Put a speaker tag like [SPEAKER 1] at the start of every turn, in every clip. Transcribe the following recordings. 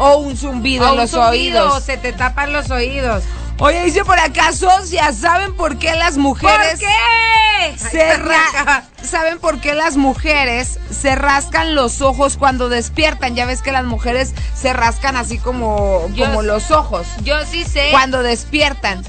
[SPEAKER 1] o un zumbido
[SPEAKER 2] O
[SPEAKER 1] en
[SPEAKER 2] un
[SPEAKER 1] los
[SPEAKER 2] zumbido,
[SPEAKER 1] oídos.
[SPEAKER 2] Se te tapan los oídos.
[SPEAKER 1] Oye, dice por acá, socias, ¿saben por qué las
[SPEAKER 2] ¿Por
[SPEAKER 1] mujeres
[SPEAKER 2] qué?
[SPEAKER 1] se
[SPEAKER 2] Ay,
[SPEAKER 1] ra-
[SPEAKER 2] Carraca.
[SPEAKER 1] ¿Saben por qué las mujeres se rascan los ojos cuando despiertan? Ya ves que las mujeres se rascan así como,
[SPEAKER 2] Yo
[SPEAKER 1] como
[SPEAKER 2] sé. ¿Eh?
[SPEAKER 1] los ojos
[SPEAKER 2] Yo sí sé.
[SPEAKER 1] cuando despiertan.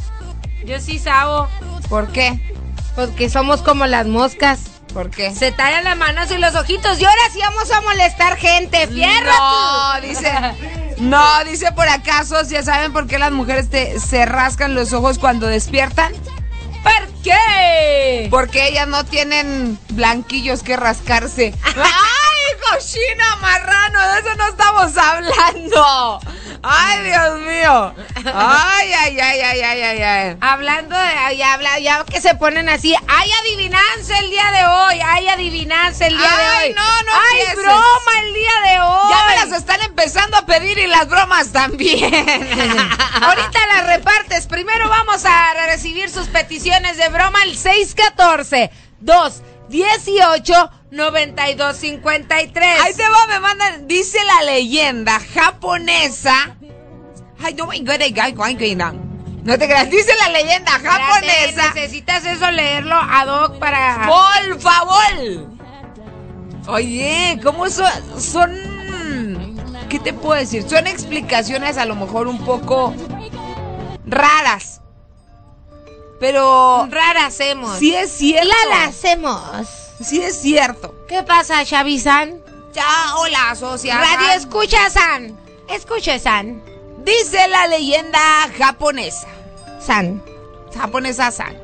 [SPEAKER 2] Yo sí sabo.
[SPEAKER 1] ¿Por qué?
[SPEAKER 2] Porque somos como las moscas.
[SPEAKER 1] ¿Por qué?
[SPEAKER 2] Se tallan las manos y los ojitos. Y ahora sí vamos a molestar gente. ¡Fierro!
[SPEAKER 1] No, dice. No, dice por acá, socias, ¿saben por qué las mujeres te- se rascan los ojos cuando despiertan?
[SPEAKER 2] ¿Por qué?
[SPEAKER 1] Porque ellas no tienen blanquillos que rascarse. ¡Ay, cochino marrano! De eso no estamos hablando. ¡Ay, Dios mío! ¡Ay, ay, ay, ay, ay, ay! ay.
[SPEAKER 2] Hablando de. ay, Ya, habla- ya que se ponen así. ¡Hay adivinanza el día de hoy! ¡Hay adivinanza el día de
[SPEAKER 1] Ay,
[SPEAKER 2] hoy!
[SPEAKER 1] no, no
[SPEAKER 2] ¡Hay
[SPEAKER 1] empieces.
[SPEAKER 2] broma el día de hoy!
[SPEAKER 1] Ya me las están empezando a pedir y las bromas también.
[SPEAKER 2] Ahorita las repartes. Primero vamos a recibir sus peticiones de broma al 614 218 9253.
[SPEAKER 1] Ahí te va, me mandan. Dice la leyenda japonesa. Ay, no, my God, ay, ay, ay, ay, no. No te creas. Dice la leyenda japonesa.
[SPEAKER 2] Necesitas eso leerlo ad hoc para.
[SPEAKER 1] Por favor. Oye, ¿cómo so- son.? ¿Qué te puedo decir? Son explicaciones a lo mejor un poco raras. Pero
[SPEAKER 2] Rara hacemos.
[SPEAKER 1] sí es cierto.
[SPEAKER 2] hacemos.
[SPEAKER 1] Sí es cierto.
[SPEAKER 2] ¿Qué pasa, Xavi San?
[SPEAKER 1] Ya, hola, socia.
[SPEAKER 2] Radio escucha, San. Escucha, San.
[SPEAKER 1] Dice la leyenda japonesa.
[SPEAKER 2] San.
[SPEAKER 1] japonesa San.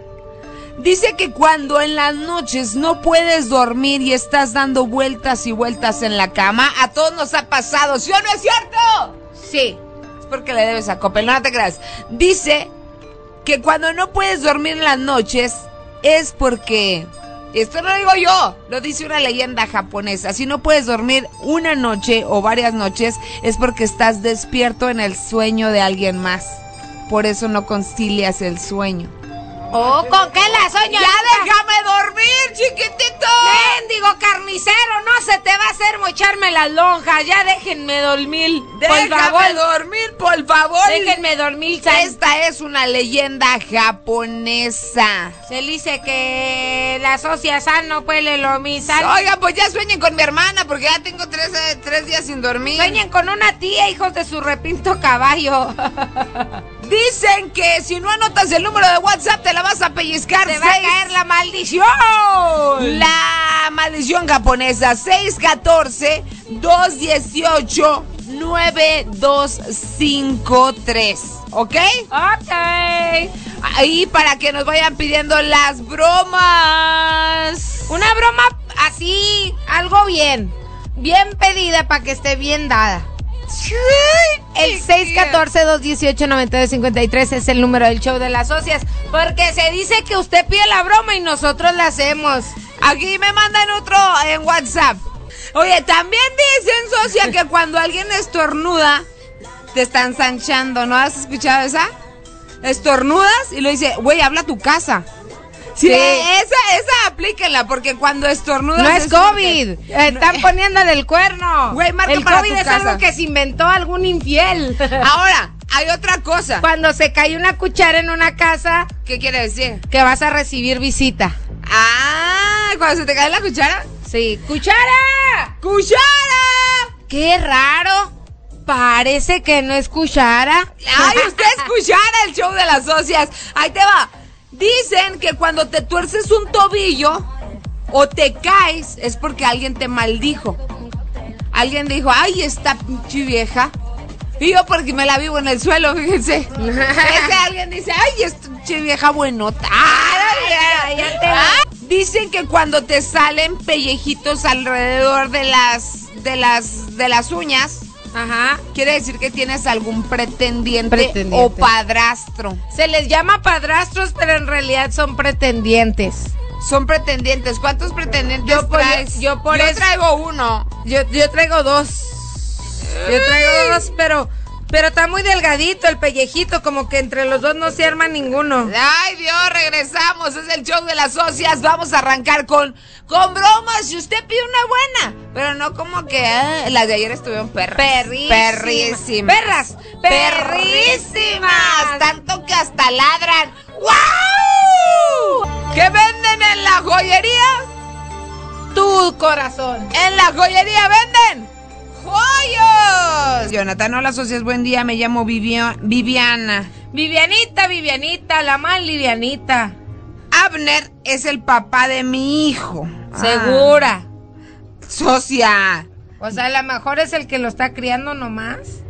[SPEAKER 1] Dice que cuando en las noches no puedes dormir y estás dando vueltas y vueltas en la cama, a todos nos ha pasado, ¿sí o no es cierto?
[SPEAKER 2] Sí.
[SPEAKER 1] Es porque le debes a Coppel, no te creas. Dice que cuando no puedes dormir en las noches es porque... Esto no lo digo yo, lo dice una leyenda japonesa. Si no puedes dormir una noche o varias noches es porque estás despierto en el sueño de alguien más. Por eso no concilias el sueño.
[SPEAKER 2] Oh, ¿con qué la soñó?
[SPEAKER 1] ¡Ya déjame dormir, chiquitito!
[SPEAKER 2] Mendigo carnicero, no se te va a hacer mocharme las lonjas. Ya déjenme dormir.
[SPEAKER 1] ¡Déjame
[SPEAKER 2] por favor.
[SPEAKER 1] dormir, por favor!
[SPEAKER 2] Déjenme dormir, San.
[SPEAKER 1] Esta es una leyenda japonesa.
[SPEAKER 2] Se dice que la socia San no puede lo misal.
[SPEAKER 1] Oiga, pues ya sueñen con mi hermana porque ya tengo tres, eh, tres días sin dormir.
[SPEAKER 2] Sueñen con una tía, hijos de su repinto caballo.
[SPEAKER 1] Dicen que si no anotas el número de WhatsApp te la vas a pellizcar.
[SPEAKER 2] Te va a
[SPEAKER 1] seis.
[SPEAKER 2] caer la maldición.
[SPEAKER 1] La maldición japonesa 614-218-9253. ¿Ok?
[SPEAKER 2] Ok.
[SPEAKER 1] Ahí para que nos vayan pidiendo las bromas.
[SPEAKER 2] Una broma así, algo bien. Bien pedida para que esté bien dada. El 614-218-9253 es el número del show de las socias. Porque se dice que usted pide la broma y nosotros la hacemos.
[SPEAKER 1] Aquí me mandan otro en WhatsApp. Oye, también dicen, socia, que cuando alguien estornuda, te están sanchando. ¿No has escuchado esa? Estornudas y lo dice, güey, habla a tu casa. Sí,
[SPEAKER 2] Sí.
[SPEAKER 1] esa, esa aplíquenla, porque cuando estornudas.
[SPEAKER 2] No es
[SPEAKER 1] porque-
[SPEAKER 2] COVID. Eh, Están poniéndole el cuerno.
[SPEAKER 1] Güey, marca
[SPEAKER 2] el
[SPEAKER 1] para
[SPEAKER 2] COVID
[SPEAKER 1] tu
[SPEAKER 2] es
[SPEAKER 1] casa.
[SPEAKER 2] algo que se inventó algún infiel.
[SPEAKER 1] eh, Ahora, hay otra cosa.
[SPEAKER 2] Cuando se cae una cuchara en una casa,
[SPEAKER 1] ¿Qué quiere decir?
[SPEAKER 2] que vas a recibir visita.
[SPEAKER 1] Ah, cuando se te cae la cuchara.
[SPEAKER 2] Sí, cuchara.
[SPEAKER 1] ¡Cuchara!
[SPEAKER 2] Qué raro. Parece que no es cuchara.
[SPEAKER 1] Ay, usted escuchara el show de las socias. Ahí te va. Dicen que cuando te tuerces un tobillo o te caes es porque alguien te maldijo. Alguien dijo, ay, esta pinche vieja. Y yo porque me la vivo en el suelo, fíjense. Ese alguien dice, ay, esta pinche vieja buenota. Ah, Ay, ay, ay, ay. Ah, Dicen que cuando te salen pellejitos alrededor de las, de las, de las uñas,
[SPEAKER 2] Ajá.
[SPEAKER 1] Quiere decir que tienes algún pretendiente,
[SPEAKER 2] Pretendiente.
[SPEAKER 1] o padrastro.
[SPEAKER 2] Se les llama padrastros, pero en realidad son pretendientes.
[SPEAKER 1] Son pretendientes. ¿Cuántos pretendientes
[SPEAKER 2] Yo por-
[SPEAKER 1] traes?
[SPEAKER 2] yo por eso-
[SPEAKER 1] traigo uno.
[SPEAKER 2] Yo, yo traigo dos. Yo traigo dos, pero Pero está muy delgadito el pellejito, como que entre los dos no se arma ninguno.
[SPEAKER 1] Ay, Dios, regresamos. Es el show de las socias. Vamos a arrancar con, con bromas. Si usted pide una buena, pero no como que eh, las de ayer estuvieron perras.
[SPEAKER 2] Perrísimas.
[SPEAKER 1] Perrísimas.
[SPEAKER 2] Perras.
[SPEAKER 1] Perrísimas.
[SPEAKER 2] Perrísimas.
[SPEAKER 1] Tanto que hasta ladran. ¡Wow! ¿Qué venden en la joyería?
[SPEAKER 2] Tu corazón.
[SPEAKER 1] En la joyería venden joyos. Jonathan, hola socias, buen día. Me llamo Vivia- Viviana.
[SPEAKER 2] Vivianita, Vivianita, la más livianita.
[SPEAKER 1] Abner es el papá de mi hijo.
[SPEAKER 2] Segura.
[SPEAKER 1] Ah, socia.
[SPEAKER 2] O sea, a lo mejor es el que lo está criando nomás.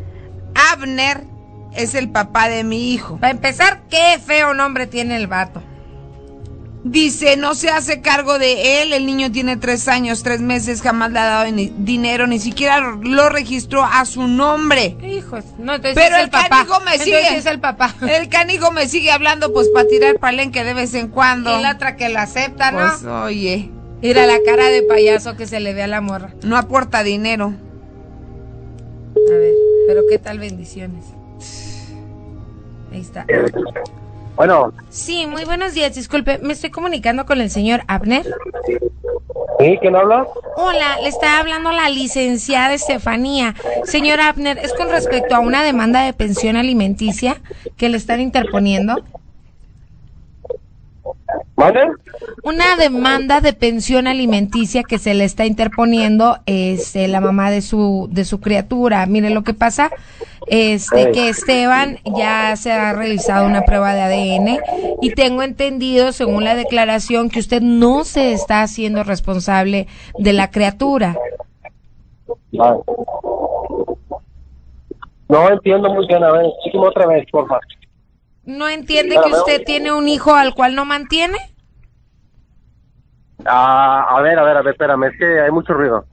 [SPEAKER 1] Abner es el papá de mi hijo.
[SPEAKER 2] Para empezar, qué feo nombre tiene el vato.
[SPEAKER 1] Dice, no se hace cargo de él. El niño tiene tres años, tres meses, jamás le ha dado ni- dinero, ni siquiera lo registró a su nombre.
[SPEAKER 2] Hijos, no, entonces
[SPEAKER 1] Pero
[SPEAKER 2] es
[SPEAKER 1] el
[SPEAKER 2] el papá.
[SPEAKER 1] canijo me
[SPEAKER 2] Entonces
[SPEAKER 1] sigue.
[SPEAKER 2] es el papá.
[SPEAKER 1] El canijo me sigue hablando, pues, para tirar palenque de vez en cuando.
[SPEAKER 2] Y la otra que la acepta, ¿no?
[SPEAKER 1] Pues, oye,
[SPEAKER 2] Mira la cara de payaso que se le ve a la morra.
[SPEAKER 1] no aporta dinero.
[SPEAKER 2] A ver, pero qué tal bendiciones. Ahí está.
[SPEAKER 3] Bueno,
[SPEAKER 2] Sí, muy buenos días. Disculpe, me estoy comunicando con el señor Abner.
[SPEAKER 3] ¿sí? ¿Quién habla?
[SPEAKER 2] Hola, le está hablando la licenciada Estefanía. Señor Abner, es con respecto a una demanda de pensión alimenticia que le están interponiendo.
[SPEAKER 3] ¿Mande?
[SPEAKER 2] Una demanda de pensión alimenticia que se le está interponiendo este, la mamá de su, de su criatura. Mire, lo que pasa este, que Esteban ya se ha realizado una prueba de ADN y tengo entendido, según la declaración, que usted no se está haciendo responsable de la criatura.
[SPEAKER 3] Ah. No entiendo muy bien, a ver, explíqueme otra vez, porfa.
[SPEAKER 2] ¿No entiende que usted tiene un hijo al cual no mantiene?
[SPEAKER 3] Ah, a ver, a ver, a ver, espérame, es que hay mucho ruido.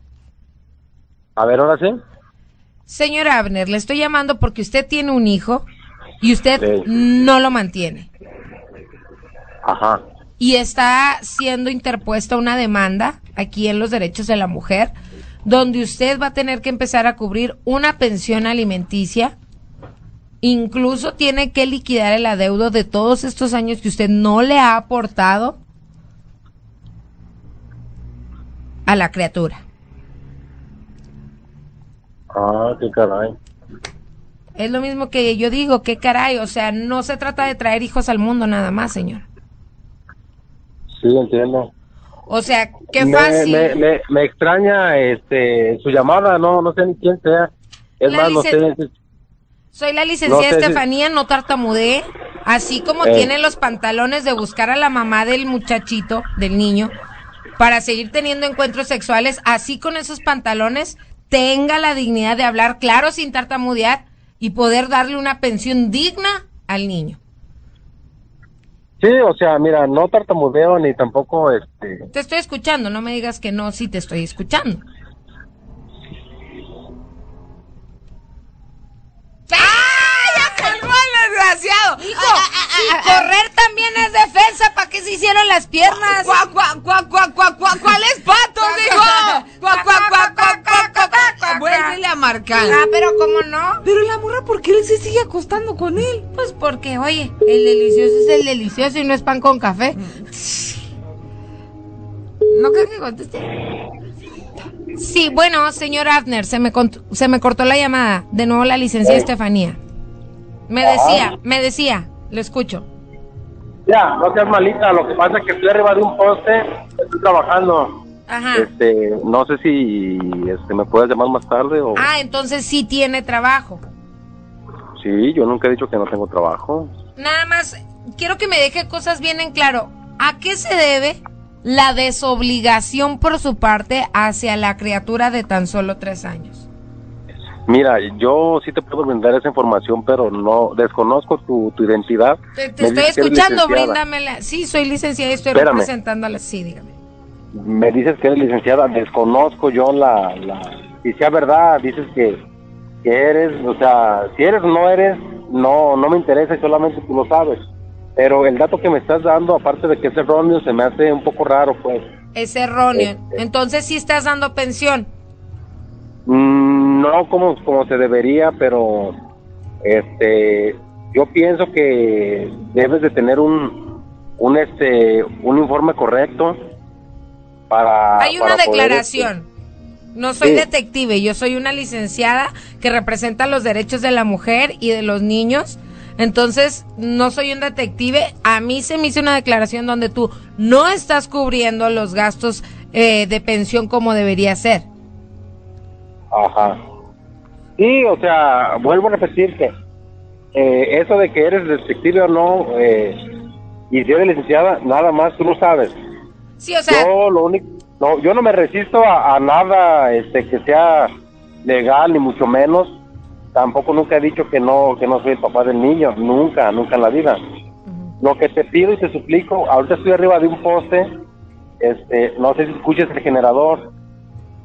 [SPEAKER 3] A ver, ahora sí.
[SPEAKER 2] Señor Abner, le estoy llamando porque usted tiene un hijo y usted
[SPEAKER 3] Sí.
[SPEAKER 2] no lo mantiene.
[SPEAKER 3] Ajá.
[SPEAKER 2] Y está siendo interpuesta una demanda aquí en los derechos de la mujer, donde usted va a tener que empezar a cubrir una pensión alimenticia. Incluso tiene que liquidar el adeudo de todos estos años que usted no le ha aportado a la criatura.
[SPEAKER 3] Ah, qué caray.
[SPEAKER 2] Es lo mismo que yo digo, qué caray, o sea, no se trata de traer hijos al mundo nada más, señor.
[SPEAKER 3] Sí, entiendo.
[SPEAKER 2] O sea, qué
[SPEAKER 3] Me-
[SPEAKER 2] fácil.
[SPEAKER 3] Me, me- me extraña este, su llamada, no no sé ni quién sea. Es
[SPEAKER 2] La
[SPEAKER 3] más, no sé.
[SPEAKER 2] licen- Soy la licenciada
[SPEAKER 3] No sé si-
[SPEAKER 2] Estefanía, no tartamudeé, así como
[SPEAKER 3] Eh.
[SPEAKER 2] tiene los pantalones de buscar a la mamá del muchachito, del niño, para seguir teniendo encuentros sexuales, así con esos pantalones, tenga la dignidad de hablar claro sin tartamudear y poder darle una pensión digna al niño.
[SPEAKER 3] Sí, o sea, mira, no tartamudeo ni tampoco este.
[SPEAKER 2] Te estoy escuchando, no me digas que no, sí te estoy escuchando.
[SPEAKER 1] ¡Ah! ¡Ya colgó el desgraciado!
[SPEAKER 2] Hijo, si correr también es defensa, ¿para qué se hicieron las piernas?
[SPEAKER 1] ¡Cuá, cuá, cuá, cuá, cuá, cuá! ¿Cuál es pato, dijo? ¡Cuá, cuá, cuá, cuá, cuá, cuá, cuá, cuá! Vuélvele a marcar.
[SPEAKER 2] Ah, pero ¿cómo no?
[SPEAKER 1] Pero la morra, ¿por qué él se sigue acostando con él?
[SPEAKER 2] Pues porque, oye, el delicioso es el delicioso y no es pan con café.
[SPEAKER 1] No creo que conteste.
[SPEAKER 2] Sí, bueno, señor Abner, se me, cont- se me cortó la llamada. De nuevo la
[SPEAKER 3] ¿Eh?
[SPEAKER 2] licenciada Estefanía. Me
[SPEAKER 3] Ah.
[SPEAKER 2] decía, me decía, lo escucho.
[SPEAKER 3] Ya, no seas malita, lo que pasa es que estoy arriba de un poste, estoy trabajando.
[SPEAKER 2] Ajá.
[SPEAKER 3] Este, no sé si este, me puedes llamar más tarde o...
[SPEAKER 2] Ah, entonces sí tiene trabajo.
[SPEAKER 3] Sí, yo nunca he dicho que no tengo trabajo.
[SPEAKER 2] Nada más, quiero que me deje cosas bien en claro. ¿A qué se debe la desobligación por su parte hacia la criatura de tan solo tres años?
[SPEAKER 3] Mira, yo sí te puedo brindar esa información, pero no desconozco tu, tu identidad.
[SPEAKER 2] Te, te estoy
[SPEAKER 3] Me dices que eres
[SPEAKER 2] escuchando,
[SPEAKER 3] licenciada.
[SPEAKER 2] bríndamela. Sí, soy licenciada y estoy
[SPEAKER 3] Espérame.
[SPEAKER 2] representándola. Sí, dígame.
[SPEAKER 3] Me dices que eres licenciada, desconozco yo la... la... Y sea verdad, dices que, que eres, o sea, si eres o no eres, no, no me interesa, y solamente tú lo sabes. Pero el dato que me estás dando, aparte de que es erróneo, se me hace un poco raro, pues.
[SPEAKER 2] Es erróneo.
[SPEAKER 3] Este.
[SPEAKER 2] Entonces sí estás dando pensión.
[SPEAKER 3] Mm, No como, como se debería, pero Este, yo pienso que debes de tener un, un este, un informe correcto para.
[SPEAKER 2] Hay una
[SPEAKER 3] Ah, para poder, este,
[SPEAKER 2] declaración. No soy
[SPEAKER 3] Sí.
[SPEAKER 2] detective, yo soy una licenciada que representa los derechos de la mujer y de los niños. Entonces, no soy un detective. A mí se me hizo una declaración donde tú no estás cubriendo los gastos eh, de pensión como debería ser.
[SPEAKER 3] Ajá. Sí, o sea, vuelvo a repetir que eh, eso de que eres detective o no, eh, y si eres licenciada, nada más tú lo sabes.
[SPEAKER 2] Sí, o sea,
[SPEAKER 3] Yo lo único, no, yo no me resisto a, a nada este, que sea legal, ni mucho menos. Tampoco nunca he dicho que no, que no soy el papá del niño, nunca, nunca en la vida. Lo que te pido y te suplico, ahorita estoy arriba de un poste, este, no sé si escuches el generador,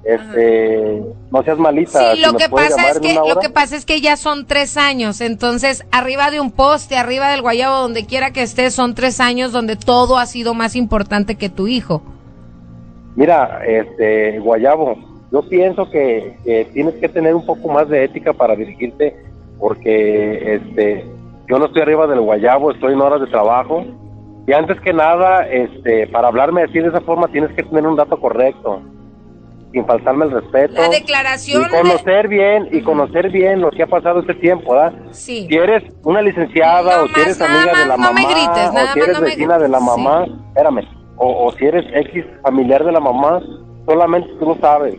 [SPEAKER 3] este, no seas malita.
[SPEAKER 2] sí,
[SPEAKER 3] si
[SPEAKER 2] lo
[SPEAKER 3] me
[SPEAKER 2] que
[SPEAKER 3] puedes
[SPEAKER 2] pasa
[SPEAKER 3] llamar
[SPEAKER 2] es
[SPEAKER 3] en
[SPEAKER 2] que
[SPEAKER 3] una
[SPEAKER 2] lo
[SPEAKER 3] hora.
[SPEAKER 2] que pasa es que ya son tres años. Entonces, arriba de un poste, arriba del guayabo, donde quiera que estés, son tres años donde todo ha sido más importante que tu hijo.
[SPEAKER 3] Mira, este, Guayabo, yo pienso que, que tienes que tener un poco más de ética para dirigirte, porque este, yo no estoy arriba del Guayabo, estoy en horas de trabajo. Y antes que nada, este, para hablarme así de esa forma, tienes que tener un dato correcto, sin faltarme el respeto.
[SPEAKER 2] La declaración
[SPEAKER 3] Y conocer bien, y conocer bien lo que ha pasado este tiempo, ¿verdad?
[SPEAKER 2] de- sí.
[SPEAKER 3] Si eres una licenciada
[SPEAKER 2] No
[SPEAKER 3] o si eres
[SPEAKER 2] más, nada
[SPEAKER 3] amiga de
[SPEAKER 2] más,
[SPEAKER 3] la
[SPEAKER 2] no
[SPEAKER 3] mamá,
[SPEAKER 2] me grites, nada
[SPEAKER 3] o si
[SPEAKER 2] más,
[SPEAKER 3] eres
[SPEAKER 2] no me
[SPEAKER 3] vecina de la
[SPEAKER 2] grites, sí.
[SPEAKER 3] mamá, espérame, o, o si eres X familiar de la mamá, solamente tú lo sabes.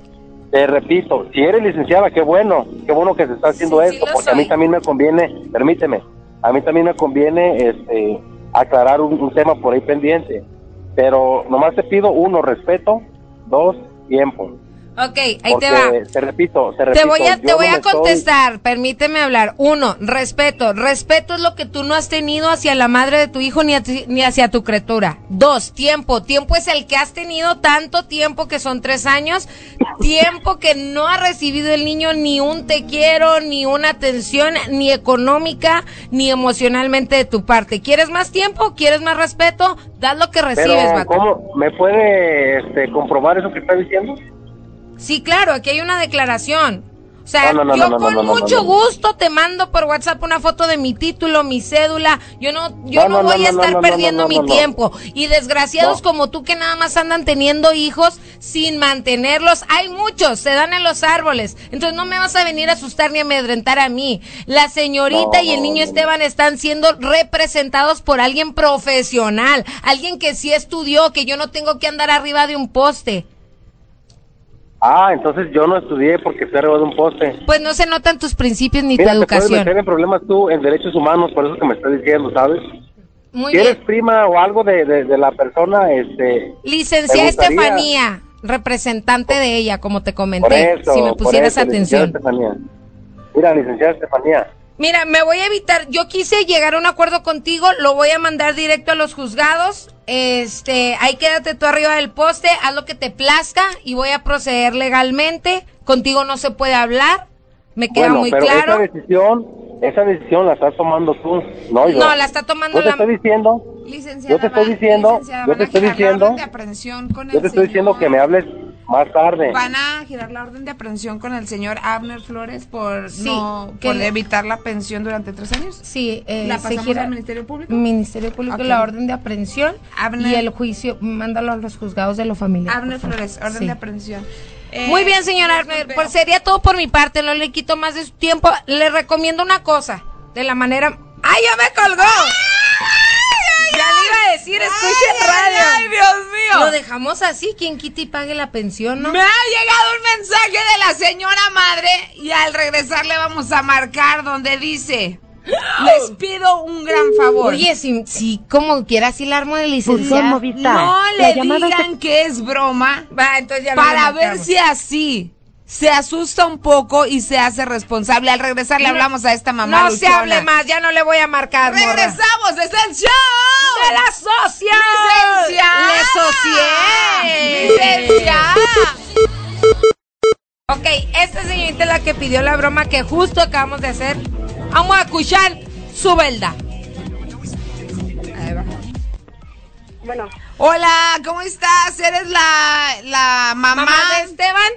[SPEAKER 3] Te repito, si eres licenciada, qué bueno, qué bueno que se está haciendo
[SPEAKER 2] Sí, sí
[SPEAKER 3] esto,
[SPEAKER 2] lo
[SPEAKER 3] porque a mí
[SPEAKER 2] soy.
[SPEAKER 3] también me conviene, permíteme, a mí también me conviene este, aclarar un, un tema por ahí pendiente, pero nomás te pido, uno, respeto, dos, tiempo.
[SPEAKER 2] Ok, ahí
[SPEAKER 3] porque,
[SPEAKER 2] te va.
[SPEAKER 3] Te repito, te repito.
[SPEAKER 2] Te voy a,
[SPEAKER 3] yo
[SPEAKER 2] te
[SPEAKER 3] no
[SPEAKER 2] voy
[SPEAKER 3] me
[SPEAKER 2] a
[SPEAKER 3] estoy-
[SPEAKER 2] contestar, permíteme hablar. Uno, respeto. Respeto es lo que tú no has tenido hacia la madre de tu hijo ni, a ti- ni hacia tu criatura. Dos, tiempo. Tiempo es el que has tenido tanto tiempo que son tres años. Tiempo que no ha recibido el niño ni un te quiero, ni una atención, ni económica, ni emocionalmente de tu parte. ¿Quieres más tiempo? ¿Quieres más respeto? Das lo que
[SPEAKER 3] Pero,
[SPEAKER 2] recibes, vato.
[SPEAKER 3] ¿cómo me puede este, comprobar eso que está diciendo?
[SPEAKER 2] Sí, claro, aquí hay una declaración. O sea,
[SPEAKER 3] No, no, no,
[SPEAKER 2] yo
[SPEAKER 3] no, no,
[SPEAKER 2] con
[SPEAKER 3] no, no,
[SPEAKER 2] mucho
[SPEAKER 3] no, no.
[SPEAKER 2] gusto te mando por WhatsApp una foto de mi título, mi cédula. Yo no, yo no,
[SPEAKER 3] No, no, no,
[SPEAKER 2] voy a
[SPEAKER 3] no, no,
[SPEAKER 2] estar
[SPEAKER 3] no, no,
[SPEAKER 2] perdiendo
[SPEAKER 3] no,
[SPEAKER 2] mi
[SPEAKER 3] no, no.
[SPEAKER 2] tiempo. Y desgraciados
[SPEAKER 3] No.
[SPEAKER 2] como tú que nada más andan teniendo hijos sin mantenerlos, hay muchos, se dan en los árboles. Entonces no me vas a venir a asustar ni a amedrentar a mí. La señorita
[SPEAKER 3] No,
[SPEAKER 2] y el
[SPEAKER 3] no,
[SPEAKER 2] niño
[SPEAKER 3] no, no.
[SPEAKER 2] Esteban Esteban están siendo representados por alguien profesional, alguien que sí estudió, que yo no tengo que andar arriba de un poste.
[SPEAKER 3] Ah, entonces yo no estudié porque estoy arriba de un poste.
[SPEAKER 2] Pues no se notan tus principios ni
[SPEAKER 3] Mira,
[SPEAKER 2] tu
[SPEAKER 3] te puedes
[SPEAKER 2] educación.
[SPEAKER 3] meter en problemas tú en derechos humanos, por eso que me estás diciendo, ¿sabes?
[SPEAKER 2] Muy
[SPEAKER 3] si eres
[SPEAKER 2] bien.
[SPEAKER 3] prima o algo de, de- de la persona, este...
[SPEAKER 2] Licenciada
[SPEAKER 3] me gustaría-
[SPEAKER 2] Estefanía, representante de ella, como te
[SPEAKER 3] Por
[SPEAKER 2] comenté,
[SPEAKER 3] eso,
[SPEAKER 2] si me
[SPEAKER 3] por
[SPEAKER 2] pusieras
[SPEAKER 3] eso,
[SPEAKER 2] atención.
[SPEAKER 3] licenciada Estefanía. Mira, licenciada Estefanía,
[SPEAKER 2] Mira, me voy a evitar, yo quise llegar a un acuerdo contigo, lo voy a mandar directo a los juzgados. Este, ahí quédate tú arriba del poste, haz lo que te plazca y voy a proceder legalmente. Contigo no se puede hablar, me queda
[SPEAKER 3] bueno,
[SPEAKER 2] muy
[SPEAKER 3] pero
[SPEAKER 2] claro.
[SPEAKER 3] esa decisión, esa decisión la estás tomando tú, no yo.
[SPEAKER 2] No, la está tomando
[SPEAKER 3] Yo te
[SPEAKER 2] la-
[SPEAKER 3] estoy diciendo,
[SPEAKER 1] Licenciada,
[SPEAKER 3] Yo te estoy
[SPEAKER 1] van-
[SPEAKER 3] diciendo,
[SPEAKER 1] licenciada,
[SPEAKER 3] yo
[SPEAKER 1] van
[SPEAKER 3] te
[SPEAKER 1] a
[SPEAKER 3] estoy
[SPEAKER 1] girar la
[SPEAKER 3] diciendo,
[SPEAKER 1] orden de aprehensión con
[SPEAKER 3] yo
[SPEAKER 1] el
[SPEAKER 3] te estoy diciendo
[SPEAKER 1] señor.
[SPEAKER 3] que me hables más tarde.
[SPEAKER 1] Van a girar la orden de aprehensión con el señor Abner Flores por
[SPEAKER 2] Sí,
[SPEAKER 1] no
[SPEAKER 2] que
[SPEAKER 1] por
[SPEAKER 2] le-
[SPEAKER 1] evitar la pensión durante tres años.
[SPEAKER 2] Sí, eh,
[SPEAKER 1] ¿La
[SPEAKER 2] se
[SPEAKER 1] pasamos
[SPEAKER 2] gira-
[SPEAKER 1] al Ministerio Público?
[SPEAKER 2] Ministerio Público,
[SPEAKER 1] Ok.
[SPEAKER 2] la orden de aprehensión
[SPEAKER 1] Abner-
[SPEAKER 2] y el juicio, mándalo a los juzgados de lo familiar.
[SPEAKER 1] Abner
[SPEAKER 2] por favor.
[SPEAKER 1] Flores, orden
[SPEAKER 2] Sí.
[SPEAKER 1] de aprehensión. Eh,
[SPEAKER 2] Muy bien, señora Abner,
[SPEAKER 1] disculpe,
[SPEAKER 2] pues sería todo por mi parte, no le quito más de su tiempo. Le recomiendo una cosa, de la manera... ¡Ay, ya me colgó! Ya le iba a decir, escuche el
[SPEAKER 1] ay,
[SPEAKER 2] radio.
[SPEAKER 1] ay, Dios mío.
[SPEAKER 2] Lo dejamos así, quien quite y pague la pensión, ¿no?
[SPEAKER 1] Me ha llegado un mensaje de la señora madre y al regresar le vamos a marcar donde dice, les pido un gran favor. Pues,
[SPEAKER 2] Oye, si, si como quiera, si la armo de
[SPEAKER 4] Pulsar
[SPEAKER 2] licenciada.
[SPEAKER 4] Movistar.
[SPEAKER 1] no
[SPEAKER 4] La
[SPEAKER 1] le
[SPEAKER 4] llamada
[SPEAKER 1] digan que es broma
[SPEAKER 2] Va, entonces ya lo
[SPEAKER 1] para
[SPEAKER 2] rematamos.
[SPEAKER 1] ver si así se asusta un poco y se hace responsable. Al regresar le hablamos a esta mamá.
[SPEAKER 2] No se
[SPEAKER 1] luchona.
[SPEAKER 2] hable más, ya no le voy a marcar. morra.
[SPEAKER 1] Regresamos, es el show
[SPEAKER 2] ¡De la socia!
[SPEAKER 1] licenciada.
[SPEAKER 2] ¡Le socié!
[SPEAKER 1] Licenciada.
[SPEAKER 2] Ok, esta señorita es la que pidió la broma que justo acabamos de hacer. Vamos a escuchar su verdad.
[SPEAKER 5] Bueno,
[SPEAKER 1] Hola, ¿cómo estás? ¿Eres la, la mamá? este
[SPEAKER 2] Mamá de Esteban.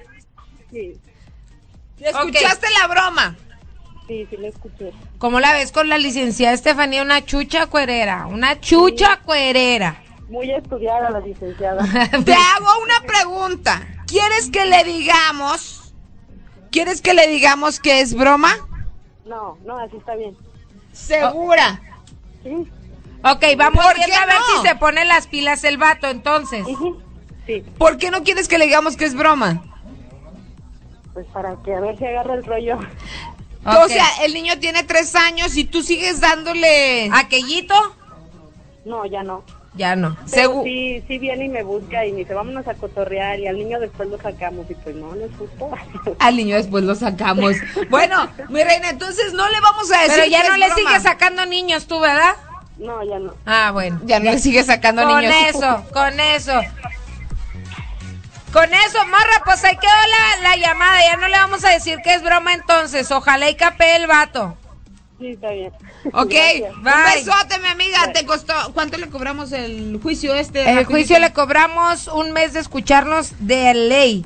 [SPEAKER 5] sí,
[SPEAKER 1] ¿Escuchaste la broma?
[SPEAKER 5] Sí, sí, lo escuché.
[SPEAKER 2] ¿Cómo la ves con la licenciada Estefanía? Una chucha cuerera, una chucha cuerera.
[SPEAKER 5] Muy estudiada la licenciada.
[SPEAKER 1] Te hago una pregunta. ¿Quieres que le digamos? ¿Quieres que le digamos que es broma?
[SPEAKER 5] No, no, así está bien.
[SPEAKER 1] Segura.
[SPEAKER 5] ¿Sí?
[SPEAKER 2] Ok, vamos
[SPEAKER 1] ¿Por qué
[SPEAKER 2] viendo a ver
[SPEAKER 1] no?
[SPEAKER 2] si se pone las pilas el vato entonces.
[SPEAKER 5] Ujú. Sí,
[SPEAKER 1] ¿Por qué no quieres que le digamos que es broma?
[SPEAKER 5] pues para que a ver si agarra el rollo.
[SPEAKER 1] O
[SPEAKER 2] Ok.
[SPEAKER 1] sea, el niño tiene tres años y tú sigues dándole.
[SPEAKER 2] ¿Aquellito?
[SPEAKER 5] No, ya no.
[SPEAKER 2] Ya no.
[SPEAKER 5] Pero
[SPEAKER 1] Segu-
[SPEAKER 5] sí, sí viene y me busca y me dice, vámonos a cotorrear y al niño después lo sacamos y pues no, no es justo.
[SPEAKER 1] Al niño después lo sacamos. Bueno, mi reina, entonces no le vamos a decir.
[SPEAKER 2] Pero ya
[SPEAKER 1] que
[SPEAKER 2] no
[SPEAKER 1] es
[SPEAKER 2] le
[SPEAKER 1] broma.
[SPEAKER 2] sigues sacando niños tú, ¿verdad?
[SPEAKER 5] No, ya no.
[SPEAKER 2] Ah, bueno.
[SPEAKER 1] Ya no le sigues sacando
[SPEAKER 2] con
[SPEAKER 1] niños.
[SPEAKER 2] eso, con eso. Con eso, morra, pues ahí quedó la, la llamada. Ya no le vamos a decir que es broma entonces. Ojalá y capee el vato.
[SPEAKER 5] Sí, está bien.
[SPEAKER 1] Ok,
[SPEAKER 5] Gracias.
[SPEAKER 1] un
[SPEAKER 2] Bye.
[SPEAKER 1] besote, mi amiga. ¿Te costó? ¿Cuánto le cobramos el juicio este?
[SPEAKER 2] El
[SPEAKER 1] rapidito?
[SPEAKER 2] juicio le cobramos un mes de escucharnos de ley.